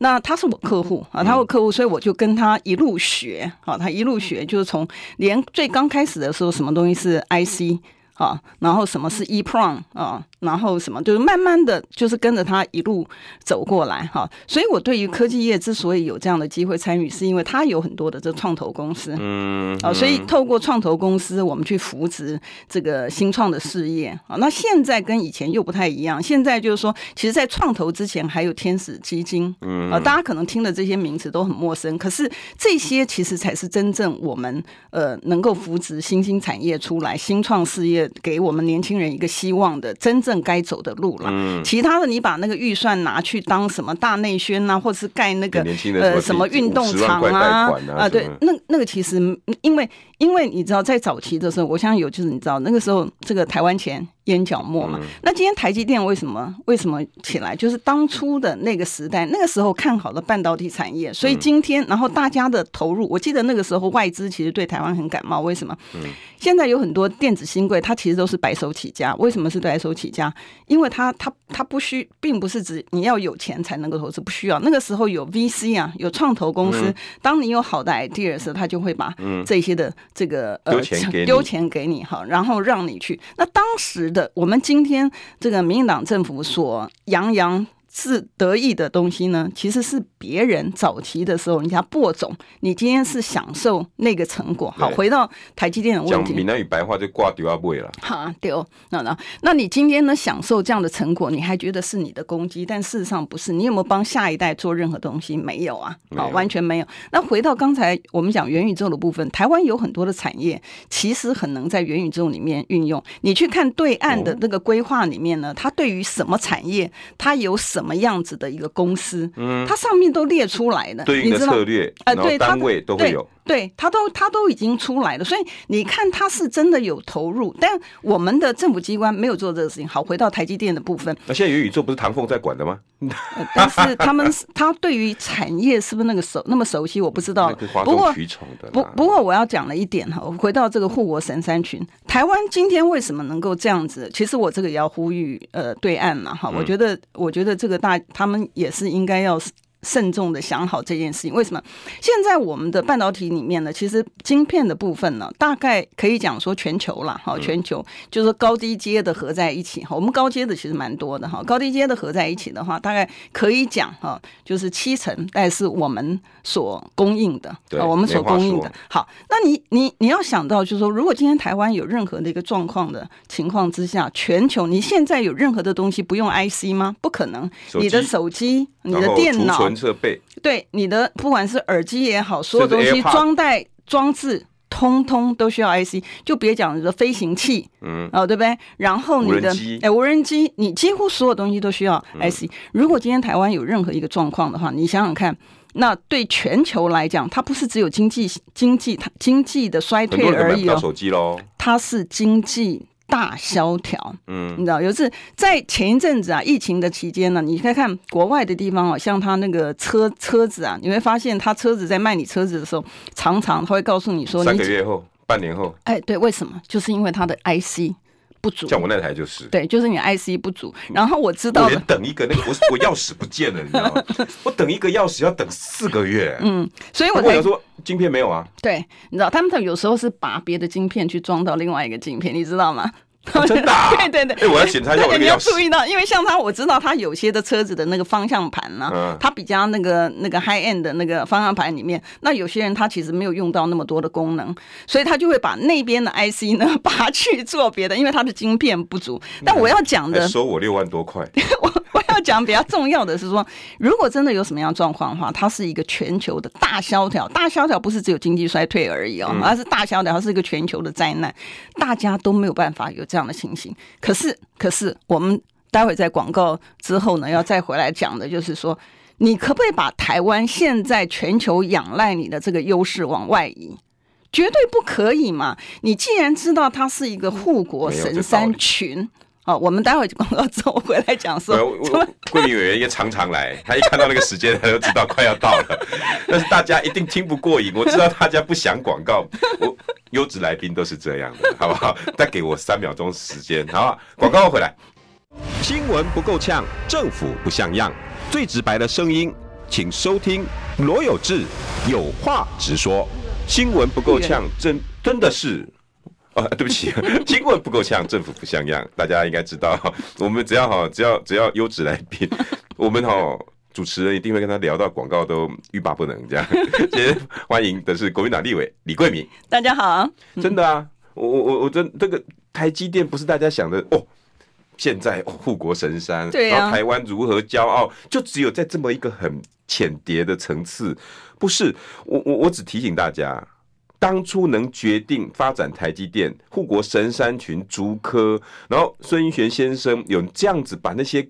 那他是我客户啊，他是我客户，所以我就跟他一路学啊，他一路学就是从连最刚开始的时候，什么东西是 IC。啊，然后什么是 e p r o n 啊，然后什么就是慢慢的就是跟着他一路走过来哈、所以我对于科技业之所以有这样的机会参与，是因为它有很多的这创投公司，嗯，啊，所以透过创投公司，我们去扶植这个新创的事业啊。那现在跟以前又不太一样，现在就是说，其实，在创投之前还有天使基金，嗯，啊，大家可能听的这些名词都很陌生，可是这些其实才是真正我们呃能够扶植新兴产业出来、新创事业，给我们年轻人一个希望的真正该走的路了。其他的你把那个预算拿去当什么大内宣呐、或者是盖那个
给年轻人
呃
什
什
么
么
自己
运动
50万
场
块贷
啊
款啊
对
什么，
那那个其实嗯因为因为你知道在早期的时候，我相信有就是你知道那个时候这个台湾钱淹脚沫
嗯
嘛。那今天台积电为什么为什么起来？就是当初的那个时代，那个时候看好了半导体产业，所以
嗯
今天然后大家的投入，我记得那个时候外资其实对台湾很感冒，为什么？现在有很多电子新贵，它其实都是白手起家。为什么是白手起家？因为它它它不需，并不是指你要有钱才能够投资，不需要。那个时候有 VC 啊，有创投公司，
嗯
当你有好的 idea 的时候，他就会把这些的这个、呃
丢钱给你
丢钱给你哈，然后让你去。那当时的我们今天这个民进党政府所洋洋。自得意的东西呢，其实是别人早期的时候人家播种，你今天是享受那个成果。好，
对
回到台积电的问
讲
题，
闽南语白话就挂丢啊不了。
哈，对哦，那那，那你今天呢享受这样的成果，你还觉得是你的攻击，但事实上不是。你有没有帮下一代做任何东西？没有啊，
没有
好、完全没有。那回到刚才我们讲元宇宙的部分，台湾有很多的产业，其实很能在元宇宙里面运用。你去看对岸
哦
的那个规划里面呢，它对于什么产业，它有什么样子的一个公司，嗯，它上面都列出来的，
对应
*laughs* 你
的
知道
策略，
呃
然后
对它
单
的
位都会有。
对，他都他都已经出来了，所以你看他是真的有投入，但我们的政府机关没有做这个事情。好，回到台积电的部分，
那现在元宇宙不是唐凤在管的吗？
呃但是他们他对于产业是不是那个熟那么熟悉，我不知道
那。个哗
不过
众取宠的啦。
不不过我要讲了一点哈，我回到这个护国神山群，台湾今天为什么能够这样子？其实我这个也要呼吁呃对岸嘛哈，
嗯
我觉得我觉得这个大他们也是应该要慎重的想好这件事情。为什么？现在我们的半导体里面呢，其实晶片的部分呢，大概可以讲说全球啦，
嗯
哈，全球就是说高低阶的合在一起哈。我们高阶的其实蛮多的哈，高低阶的合在一起的话，大概可以讲哈，就是七成，但是我们所供应的，
对
啊我们所
没话
供应
说
的。好，那你你你要想到，就是说，如果今天台湾有任何的一个状况的情况之下，全球你现在有任何的东西不用 IC 吗？不可能，
手机
你的手机、你
然
的
后
电
储
脑
存、设备，
对你的不管是耳机也好，所有东
甚
西
至 AirPod
装带装置通通都需要 IC，就别讲你的飞行器，嗯，哦，对不对？然后你
无人
的
机嗯
哎无人机，你几乎所有东西都需要 IC。如果今天台湾有任何一个状况的话，你想想看。那对全球来讲，它不是只有经济经济它经济的衰
很
退
多人都
而
买
已
不
哦
到，手机喽。
它是经济大萧条。嗯，你知道，有一次在前一阵子啊，疫情的期间呢，你看看国外的地方哦，像他那个车车子啊，你会发现他车子在卖你车子的时候，常常他会告诉你说
三
你
个，月后、半年后，
哎，对，为什么？就是因为它的 IC 不足。
像我那台就是，
对，就是你 IC 不足。然后我
嗯
知
我
道
连
的，
等一个那个我我钥匙不见了，你知道
*laughs*
吗？我等一个钥匙要等四个月。嗯，
所以我
我
才
想说晶片没有啊，
对，你知道，他们有时候是把别的晶片去装到另外一个晶片，你知
*laughs*
道吗？
真的啊
*laughs* 对对对，
哎我要检查一下我那个
对 *laughs* 你要
钥匙
注意到，因为像它，我知道它有些的车子的那个方向盘呢、
嗯
它比较那个那个 high end 的那个方向盘里面，那有些人他其实没有用到那么多的功能，所以他就会把那边的 IC 呢， *laughs* 把它去做别的，因为它的晶片不足。但我要讲的
还收我六万多块，
我 *laughs* 我要讲比较重要的是说，如果真的有什么样的状况的话，它是一个全球的大萧条。大萧条不是只有经济衰退而已
嗯
哦，而是大萧条，它是一个全球的灾难，大家都没有办法有这样的情形。可是，可是我们待会在广告之后呢，要再回来讲的就是说。你可不可以把台湾现在全球仰赖你的这个优势往外移？绝对不可以嘛！你既然知道它是一个护国
没有
神
这道
山
理
群，哦，我们待会儿广告之后回来讲说
呃，我我桂林委员也常常来，他一看到那个时间，他就知道快要到了。但是大家一定听不过瘾，我知道大家不想广告，我优质来宾都是这样的，好不好？再给我三秒钟时间，好不好？广告回来。
新闻不够呛，政府不像样，最直白的声音，请收听罗有志有话直说。
新闻不够呛，真真的是。啊， *laughs* 对不起，新闻不够呛，政府不像样，大家应该知道。我们只要哈，只要只要优质来宾， *laughs* 我们哈主持人一定会跟他聊到广告都欲罢不能这样。 *laughs* 今天欢迎的是国民党立委李桂明，
*laughs* 大家好，
真的啊，我我我我真这个台积电不是大家想的哦。现在哦护国神山，
对啊
然后台湾如何骄傲，就只有在这么一个很浅碟的层次。不是，我我我只提醒大家，当初能决定发展台积电、护国神山群、竹科，然后孙云璇先生有这样子把那些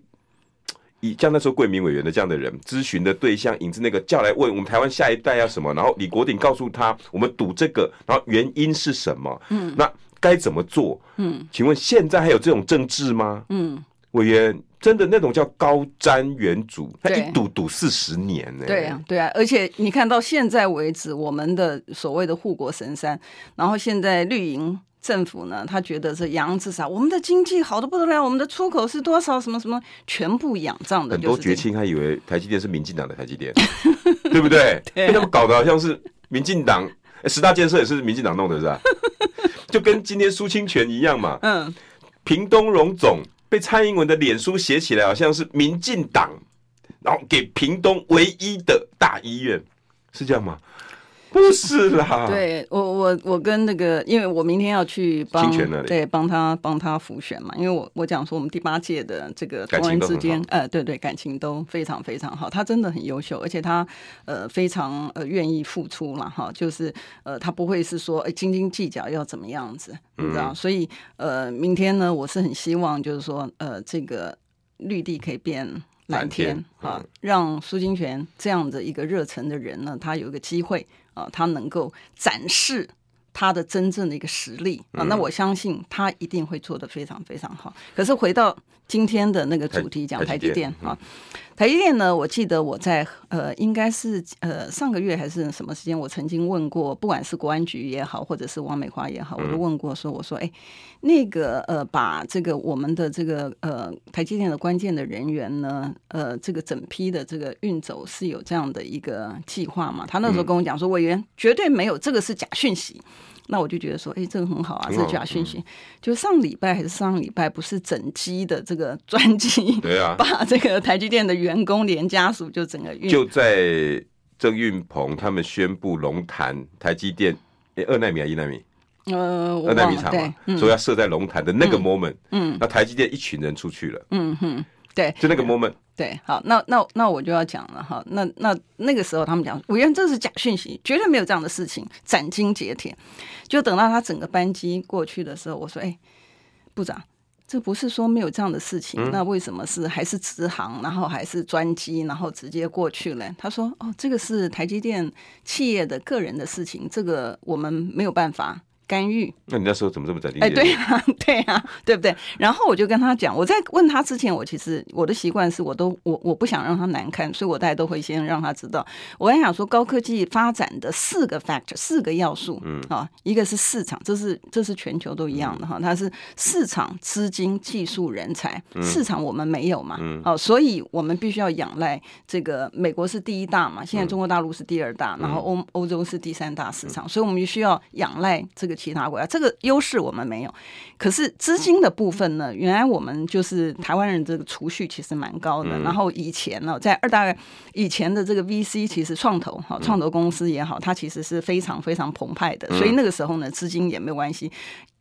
以像那时候贵民委员的这样的人，咨询的对象引致那个叫来问我们台湾下一代要什么，然后李国鼎告诉他我们赌这个，然后原因是什么？嗯，那该怎么做？嗯，请问现在还有这种政治吗？
嗯，
委员真的那种叫高瞻远瞩，他
对
一赌赌四十年呢、
对啊，对啊，而且你看到现在为止，我们的所谓的护国神山，然后现在绿营政府呢，他觉得是扬至少我们的经济好的不得了，我们的出口是多少，什么什么，全部仰仗的
很
就
多
是、这
绝
个。
亲还以为台积电是民进党的台积
*laughs*
电，对不对？
对啊
被他们搞得好像是民进党、诶十大建设也是民进党弄的，是
*laughs*
吧？就跟今天苏清泉一样嘛。
嗯，
屏东荣总被蔡英文的脸书写起来，好像是民进党，然后给屏东唯一的大医院，是这样吗？不是啦，，
*laughs* 对我我我跟那个，因为我明天要去帮
清泉那里
对帮他帮他复选嘛，因为我我讲说我们第八届的这个
感
同
情
仁
都
之
很
间
好，
呃，对对，感情都非常非常好，他真的很优秀，而且他呃非常呃愿意付出了哈，就是呃他不会是说哎斤斤计较要怎么样子，你知
嗯
道，所以呃明天呢，我是很希望就是说呃这个绿地可以变。
蓝
蓝
天
天啊，让苏金泉这样的一个热忱的人呢，他有一个机会啊，他能够展示他的真正的一个实力啊。那我相信他一定会做得非常非常好。可是回到今天的那个主题，讲
台
台
积
积
电
电啊，台积电呢，我记得我在呃，应该是呃上个月还是什么时间，我曾经问过，不管是国安局也好，或者是王美花也好，我都问过说，我说哎，那个呃，把这个我们的这个呃台积电的关键的人员呢，呃，这个整批的这个运走是有这样的一个计划嘛？他那时
嗯
候跟我讲说，委员绝对没有，这个是假讯息。那我就觉得说，哎，这个很好啊，
很好嗯
这是假讯息。就上礼拜还是上礼拜，不是整机的这个专机， *laughs*
对啊，
把这个台积电的员工连家属就整个运
就在郑运鹏他们宣布龙潭台积电。诶二纳米还啊是一纳米？
呃，我
二纳
忘
米
了，
厂
对
嘛，，所以要设在龙潭的那个 moment，
嗯
那台积电一群人出去了，
嗯哼，对
就那个 moment，
对，好，那那那我就要讲了哈。那那那个时候他们讲，委员这是假讯息，绝对没有这样的事情，斩钉截铁。就等到他整个班机过去的时候，我说，哎，部长。这不是说没有这样的事情，那为什么是还是直航，然后还是专机，然后直接过去嘞？他说：“哦，这个是台积电企业的个人的事情，这个我们没有办法干预。”
那你那时候怎么这么斩钉
哎，
截铁？
对啊， *laughs* 对啊，对不对？然后我就跟他讲，我在问他之前，我其实我的习惯是我都我我不想让他难堪，所以我大概都会先让他知道。我还想说，高科技发展的四个 factor 四个要素，嗯啊，一个是市场，这是这是全球都一样的哈，它是市场、资金、技术、人才。市场我们没有嘛，哦，所以我们必须要仰赖这个美国是第一大嘛，现在中国大陆是第二大，然后欧欧洲是第三大市场，所以我们需要仰赖这个其他国家，这个优势我们没有。可是资金的部分呢，原来我们就是台湾人这个储蓄其实蛮高的，然后以前呢，在二大以前的这个 VC 其实创投哈，创投公司也好，它其实是非常非常澎湃的，所以那个时候呢，资金也没有关系。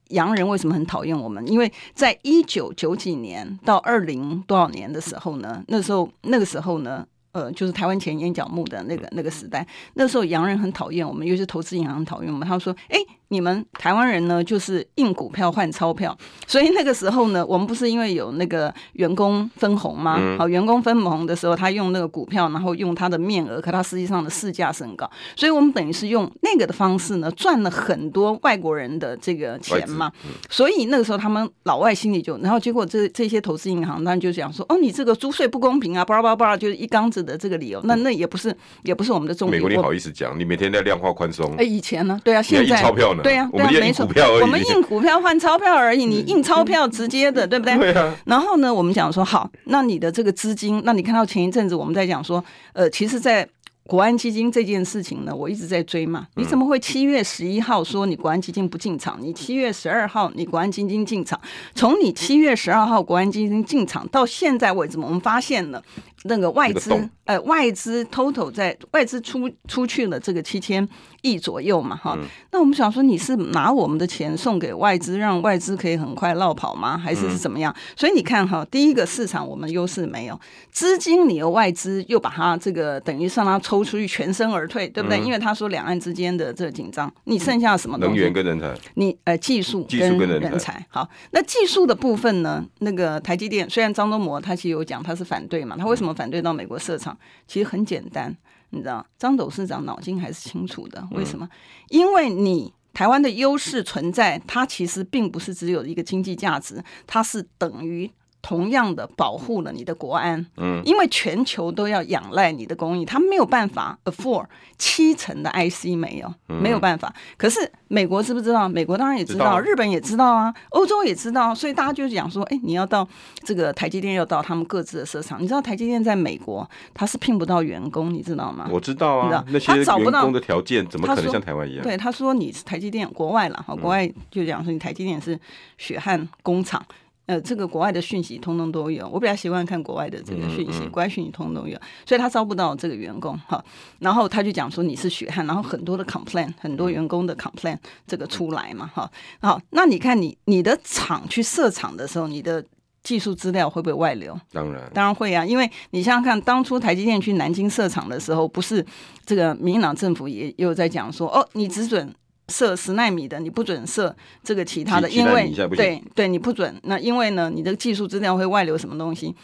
洋人为什么很讨厌我们？因为在一九九几年到二零多少年的时候呢，那时候那个时候呢，呃，就是台湾前烟角木的那个那个时代，那时候洋人很讨厌我们，尤其是投资银行很讨厌我们。他们说：“哎，你们台湾人呢，就是印股票换钞票。”所以那个时候呢，我们不是因为有那个员工分红吗？好、员工分红的时候，他用那个股票，然后用他的面额，可他实际上的市价是很高，所以我们等于是用那个的方式呢，赚了很多外国人的这个
外
钱
资
嘛。所以那个时候他们老外心里就，然后结果这这些投资银行当然就讲说，哦，你这个租税不公平啊，巴拉巴拉巴拉，就是一缸子的这个理由。那那也不是也不是我们的重
美
点。
国你
我
好意思讲，你每天在量化宽松
哎，，以前呢？对啊，现
你还
在
印钞票呢
对啊，
我
对
们
啊，
就印
没错，
股票而已嗯
我们印股票换钞票而已，你印钞票直接的，对不对？
对啊，
然后呢，我们讲说好，那你的这个资金，那你看到前一阵子我们在讲说，呃，其实，在国安基金这件事情呢，我一直在追嘛。
嗯
你怎么会七月十一号说你国安基金不进场？你七月十二号你国安基金进场，从你七月十二号国安基金进场到现在为止，我们发现了那个外资
那个洞
呃外资 total 在外资出出去了这个七千亿左右嘛，
嗯
哈、那我们想说你是拿我们的钱送给外资，让外资可以很快绕跑吗？还
嗯
是是怎么样？所以你看哈，第一个市场我们优势没有，资金你由外资又把它这个等于是让它抽出去，全身而退，对不对？因为他说两岸之间的这个紧张，你剩下什么
嗯
东
能
西？
源跟人才，
你呃技术
技术跟人
人
才
才。好，那技术的部分呢？那个台积电虽然张忠谋他其实有讲他是反对嘛，他为什么反对到美国设厂？其实很简单，你知道，张董事长脑筋还是清楚的。为什
嗯
么？因为你。台湾的优势存在，它其实并不是只有一个经济价值，它是等于同样的保护了你的国安。嗯，因为全球都要仰赖你的工艺，它没有办法 afford 七成的 IC 没有，没有办法。可是美国知不知道？美国当然也知道，
知道啊
日本也知道啊，欧洲也知道，所以大家就讲说，哎，你要到这个台积电，要到他们各自的设厂。你知道台积电在美国，它是聘不到员工，你知道吗？
我知道
你知
啊
道，
那些
他找不
员
到
工的条件怎么
他
可能
说
像台湾一样？嗯
对，他说你是台积电国外了哈，国外就讲说你台积电是血汗工厂。呃，这个国外的讯息通通都有，我比较习惯看国外的这个讯
嗯
息，国外讯息通通都有，所以他招不到这个员工哈。然后他就讲说你是血汗，然后很多的 complain，很
嗯
多员工的 complain 这个出来嘛哈。好，那你看你你的厂去设厂的时候，你的技术资料会不会外流？
当然，
当然会啊，因为你想想看，当初台积电去南京设厂的时候，不是这个民进党政府也也有在讲说，哦，你只准设十纳米的，你不准设这个其他的，
其其
因
他
为
你现在不行
对对，你不准。那因为呢，你这个技术资料会外流什么东西，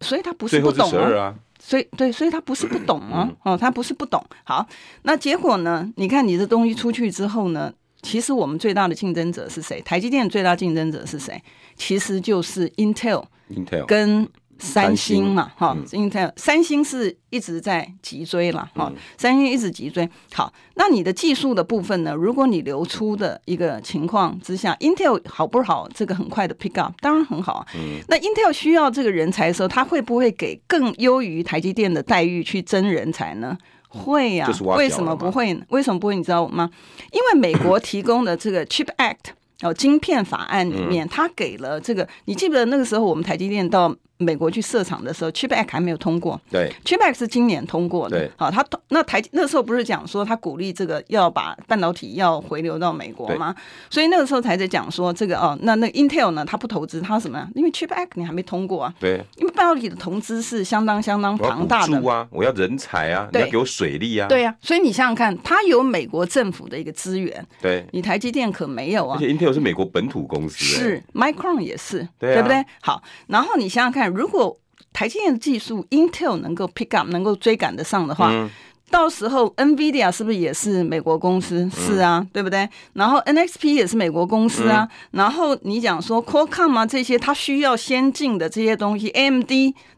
所以他不是
最
不
后是
懂
十
啊
二啊，嗯
所以对，所以他不是不懂哦，哦，他不是不懂。好，那结果呢？你看你这东西出去之后呢，其实我们最大的竞争者是谁？台积电最大竞争者是谁？其实就是 Intel。
Intel
跟三
三星
星嘛，哈、因 i 三星是一直在脊椎了，哈、三星一直脊椎。好，那你的技术的部分呢？如果你流出的一个情况之下，Intel 好不好？这个很快的 pick up，当然很好啊。
嗯
那 Intel 需要这个人才的时候，他会不会给更优于台积电的待遇去争人才呢？会呀、
这嗯是挖角
为什
了
么
嘛
不会呢？为什么不会？你知道吗？因为美国提供的这个 Chip
嗯
Act 哦，晶片法案里面，它给了这个，你记不记得那个时候我们台积电到美国去设厂的时候，Chip Act 还没有通过。
对
Chip Act 是 E 今年通过的
对，
好，他那台那时候不是讲说他鼓励这个要把半导体要回流到美国吗？所以那个时候才在讲说这个哦，那那 Intel 呢，他不投资，他什么呀？因为 Chip Act 你还没通过啊，
对，
因为半导体的投资是相当相当
我要
庞大
补
的
助，啊，我要人才啊，你
对
要给我水利啊，
对呀、所以你想想看，它有美国政府的一个资源，
对，
你台积电可没有
而
啊。
且 Intel 是美国本土公司，哎
是，Micron 也是，
对啊
不对？好，然后你想想看，如果台积电的技术 Intel 能够 pick up，能够追赶得上的话，
嗯
到时候 NVIDIA 是不是也是美国公
嗯
司？是啊，对不对？然后 NXP 也是美国公司啊。
嗯
然后你讲说 Qualcomm 啊这些，它需要先进的这些东西，AMD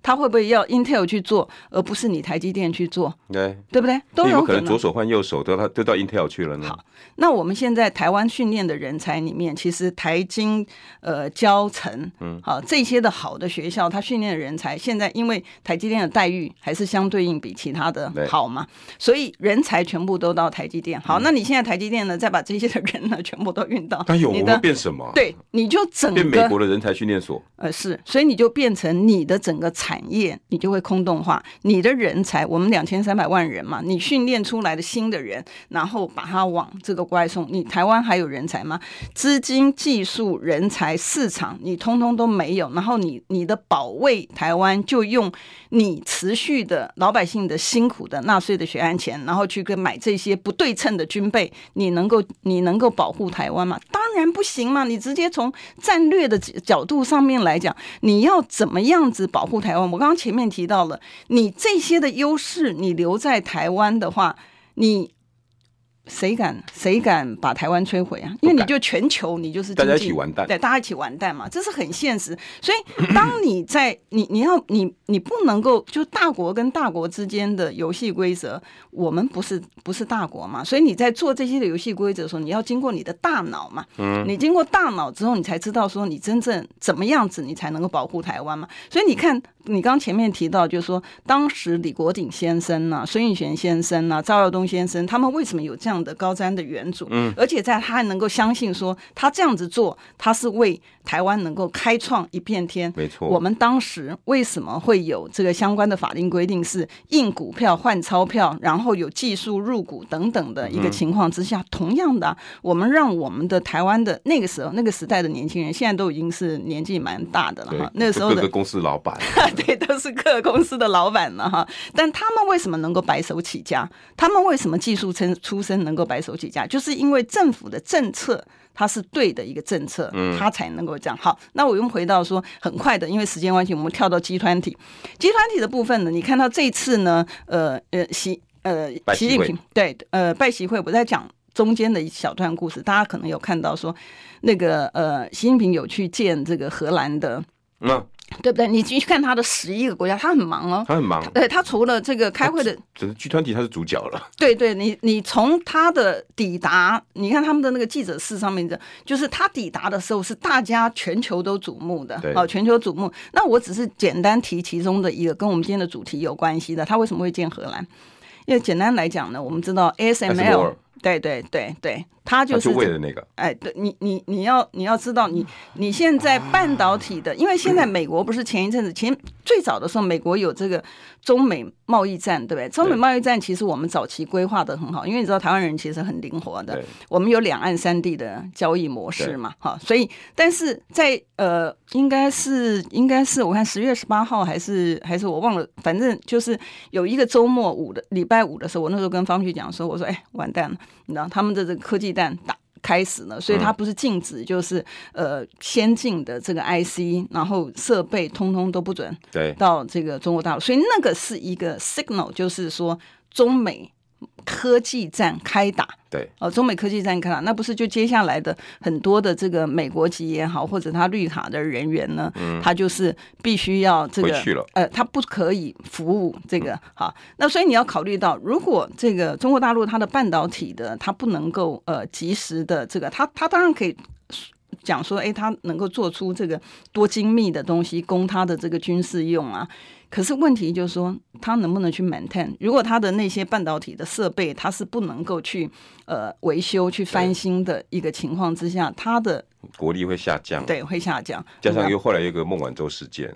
它会不会要 Intel 去做，而不是你台积电去做，
对。
对不对？都
你有没
有
有可能
能啊
左。手换右手，都到都到 Intel 去了呢？
那我们现在台湾训练的人才里面，其实台经、呃、交城，嗯，好、这些的好的学校，它训练的人才，现在因为台积电的待遇还是相对应比其他的
对嗯
好嘛，所以人才全部都到台积电。好，那你现在台积电呢，再把这些的人呢，全部都运到
那有我
你
们
的，
变什么？，啊
对，你就整
变美
个
国的人才训练所。
呃，是，所以你就变成你的整个产业，你就会空洞化。你的人才，我们两千三百万人嘛，你训练出来的新的人，然后把他往这个外送。你台湾还有人才吗？资金、技术、人才、市场，你通通都没有。然后你你的保卫台湾，就用你持续的老百姓的辛苦的纳税的血汗钱，然后去跟买这些不对称的军备，你能够你能够保护台湾吗？当然不行嘛！你直接从战略的角度上面来讲，你要怎么样子保护台湾？我刚刚前面提到了，你这些的优势你留在台湾的话，你。谁敢谁敢把台湾摧毁啊？因为
不
你
敢
就全球，你就是
大家
经济
一起完蛋
对，大家一起完蛋嘛，这是很现实。所以，当你在你你要你你不能够就大国跟大国之间的游戏规则，我们不是不是大国嘛，所以你在做这些的游戏规则的时候，你要经过你的大脑嘛，嗯，你经过大脑之后，你才知道说你真正怎么样子，你才能够保护台湾嘛。所以你看，你刚前面提到，就是说当时李国鼎先生呐、孙运璇先生呐、赵耀东先生，他们为什么有这样的高瞻的远瞩？嗯，而且在他还能够相信说他这样子做，他是为台湾能够开创一片天。
没错
我们当时为什么会有这个相关的法令规定，是印股票换钞票，然后有技术入股等等的
嗯
一个情况之下，同样的啊、我们让我们的台湾的那个时候那个时代的年轻人，现在都已经是年纪蛮大的了
对
哈，，啊那时候
各
的
个公司老板，
*laughs* 对，都是各公司的老板了哈。但他们为什么能够白手起家？他们为什么技术生出身能够白手起家？就是因为政府的政策。它是对的一个政策，
嗯
它才能够这样。好，那我又回到说，很快的，因为时间关系，我们跳到集团体。集团体的部分呢，你看到这一次呢，呃呃，习呃
拜习
习近
会
平对呃拜习会，我在讲中间的一小段故事，大家可能有看到说，那个呃习近平有去见这个荷兰的
那
对不对？你去看他的十一个国家，他很忙哦。
他很忙，
对他除了这个开会的，
只是剧团体他是主角了。
对对，你你从他的抵达，你看他们的那个记者室上面的，就是他抵达的时候是大家全球都瞩目的
对，
哦，全球瞩目。那我只是简单提其中的一个跟我们今天的主题有关系的，他为什么会见荷兰？因为简单来讲呢，我们知道
艾森摩
ASML，
尔
对对对对，他
他
就是
就为
这
了那个，
哎，对你，你你要你要知道你，你现在半导体的，因为现在美国不是前一阵子前最早的时候，美国有这个中美贸易战，对不对？中美
对
贸易战其实我们早期规划的很好，因为你知道台湾人其实很灵活的
对，
我们有两岸三地的交易模
对
式嘛，哈，所以但是在呃，应该是应该是我看十月十八号还是还是我忘了，反正就是有一个周末五的礼拜五的时候，我那时候跟方旭讲说，我说哎完蛋了，你知道他们的这个科技蛋打。开始了，所以它不是禁止，就是呃先进的这个 IC，然后设备通通都不准
对
到这个中国大陆，所以那个是一个 signal，就是说中美科技战开打。
对，
哦，中美科技战开打，那不是就接下来的很多的这个美国籍也好，或者他绿卡的人员呢，他就是必须要这个
嗯回去了嗯
呃，他不可以服务这个哈、那所以你要考虑到，如果这个中国大陆它的半导体的，它不能够呃及时的这个，它它当然可以讲说，哎，它能够做出这个多精密的东西供它的这个军事用啊。可是问题就是说，它能不能去 maintain？如果它的那些半导体的设备，它是不能够去呃维修、去翻新的一个情况之下，它的
国力会下降，
对会下降。
加上又后来有一个孟晚舟事件，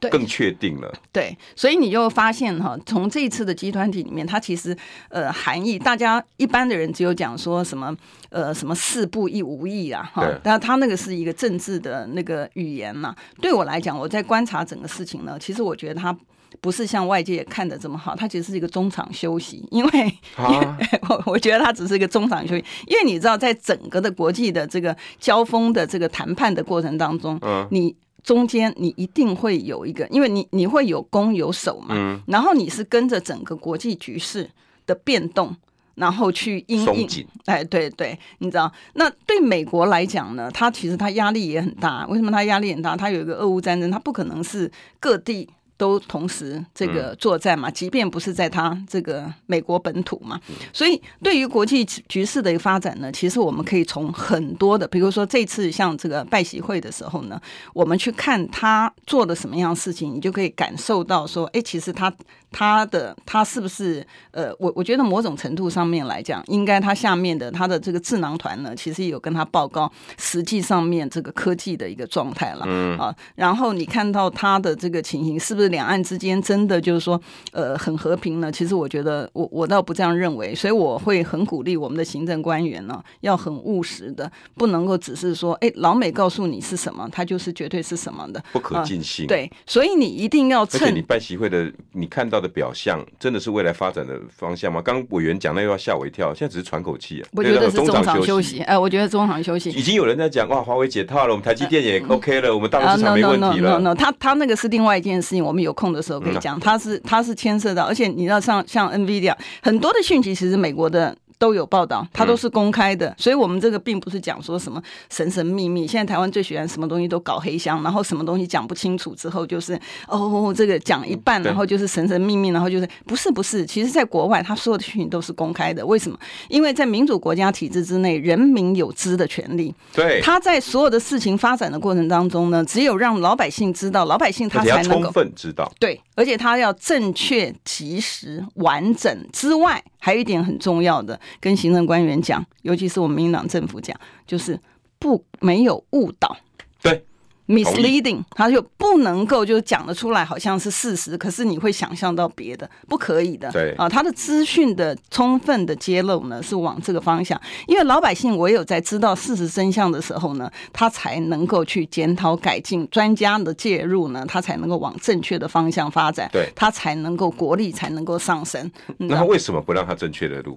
对
更确定了。
对，所以你就发现哈，从这一次的集团体里面，它其实呃含义，大家一般的人只有讲说什么呃什么四不一无意啊，哈
对，
但它那个是一个政治的那个语言嘛。对我来讲，我在观察整个事情呢，其实我觉得它。不是像外界看的这么好，它其实是一个中场休息，因为
啊，
*laughs* 我我觉得它只是一个中场休息，因为你知道，在整个的国际的这个交锋的这个谈判的过程当中，
嗯
你中间你一定会有一个，因为你你会有攻有守嘛，
嗯
然后你是跟着整个国际局势的变动。然后去因
松
应
紧，
哎，对对，你知道，那对美国来讲呢，它其实它压力也很大。为什么它压力很大？它有一个俄乌战争，它不可能是各地都同时这个作战嘛，即便不是在它这个美国本土嘛。所以对于国际局势的一个发展呢，其实我们可以从很多的，比如说这次像这个拜习会的时候呢，我们去看他做了什么样的事情，你就可以感受到说，哎，其实他他的他是不是呃，我我觉得某种程度上面来讲，应该他下面的他的这个智囊团呢，其实有跟他报告实际上面这个科技的一个状态了，嗯啊，然后你看到他的这个情形，是不是两岸之间真的就是说呃很和平呢？其实我觉得我我倒不这样认为，所以我会很鼓励我们的行政官员呢，要很务实的，不能够只是说，哎，老美告诉你是什么，它就是绝对是什么的。
不可尽信。，
啊对，所以你一定要
嗯而且
趁
你办习会的，你看到的表象，真的是未来发展的方向吗？刚刚委员讲那又要吓我一跳，现在只是喘口气啊。
我觉得是
对那个
中场
休
休息，。哎、我觉得中场休息。呃
已经有人在讲哇，华为解套了，我们台积电也 OK 了，我们大陆市场
啊 no
没
no
问
no
题
no
了。
no，他他那个是另外一件事情，我们有空的时候可以讲。他是他是牵涉到，而且你知道像像 NVIDIA 很多的讯息，其实美国的都有报道，它都是公开的，所以我们这个并不是讲说什么神神秘秘。现在台湾最喜欢什么东西都搞黑箱，然后什么东西讲不清楚之后就是哦这个讲一半，
对
然后就是神神秘秘，然后就是不是不是，其实在国外，他所有的讯息都是公开的。为什么？因为在民主国家体制之内，人民有知的权利。
对，
他在所有的事情发展的过程当中呢，只有让老百姓知道，老百姓
而
他
且要
才能
充
够
分知道。
对，而且他要正确、及时、完整之外，还有一点很重要的，跟行政官员讲，尤其是我们民进党政府讲，就是不没有误导。
对，
misleading，他就不能够就讲得出来，好像是事实，可是你会想象到别的，不可以的。
对
啊，他的资讯的充分的揭露呢，是往这个方向，因为老百姓唯有在知道事实真相的时候呢，他才能够去检讨改进，专家的介入呢，他才能够往正确的方向发展，
对
他才能够国力才能够上升。你知
那
道
他为什么不让他正确的路？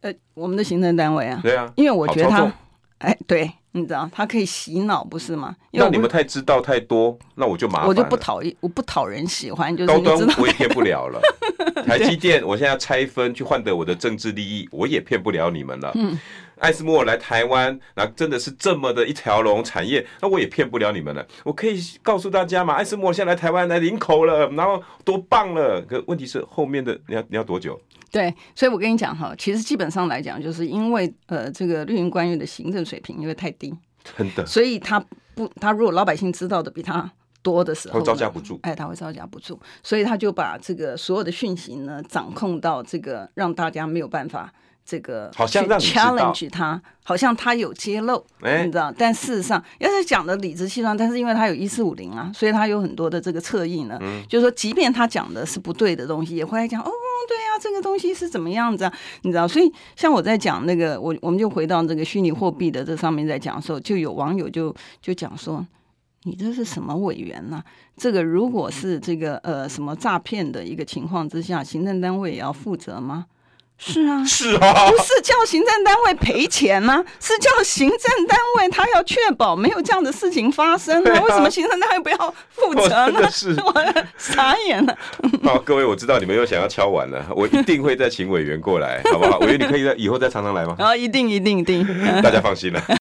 呃，我们的行政单位啊，
对啊，
因为我觉得
好操
他
纵，
哎，对，你知道，他可以洗脑，不是吗？因为
那
我
你
不
们太知道太多，那我就麻烦了。
我就不讨厌，我不讨人喜欢，就
*laughs*
是
高
你知
端
道，
我也骗不了了。台积电，我现在要拆分去换得我的政治利益，我也骗不了你们了。嗯，艾斯莫来台湾，那真的是这么的一条龙产业，那我也骗不了你们了。我可以告诉大家嘛，艾斯莫现在来台湾来领口了，然后多棒了。可问题是后面的你要你要多久？
*laughs* 对，所以我跟你讲哈，其实基本上来讲，就是因为呃，这个绿营官员的行政水平因为太低，
真的， *laughs*
所以他不，他如果老百姓知道的比他多的时
他
候
会
呢，
招架不住。
哎，他会招架不住，所以他就把这个所有的讯息呢，掌控到这个让大家没有办法。这个
好像
去
让你知道
challenge 他，好像他有揭露，
哎
你知道？但事实上，要是讲的理直气壮，但是因为他有一四五零啊，所以他有很多的这个侧翼呢，
嗯
就是说，即便他讲的是不对的东西，也会来讲哦，对啊，这个东西是怎么样子啊？你知道？所以像我在讲那个，我我们就回到这个虚拟货币的这上面在讲的时候，就有网友就就讲说，你这是什么委员呐、这个如果是这个呃什么诈骗的一个情况之下，行政单位也要负责吗？是
*laughs*
啊，
是啊
不，是叫行政单位赔钱吗、是叫行政单位他要确保没有这样的事情发生
对
啊
啊？
为什么行政单位不要负责
我真的
呢？
是
*laughs* 我傻眼了。
好，各位，我知道你们又想要敲碗了，我一定会
*laughs*
再请委员过来，好不好？委员，你可以在以后再常常来吗？
然后一定一定一定。
大家放心了。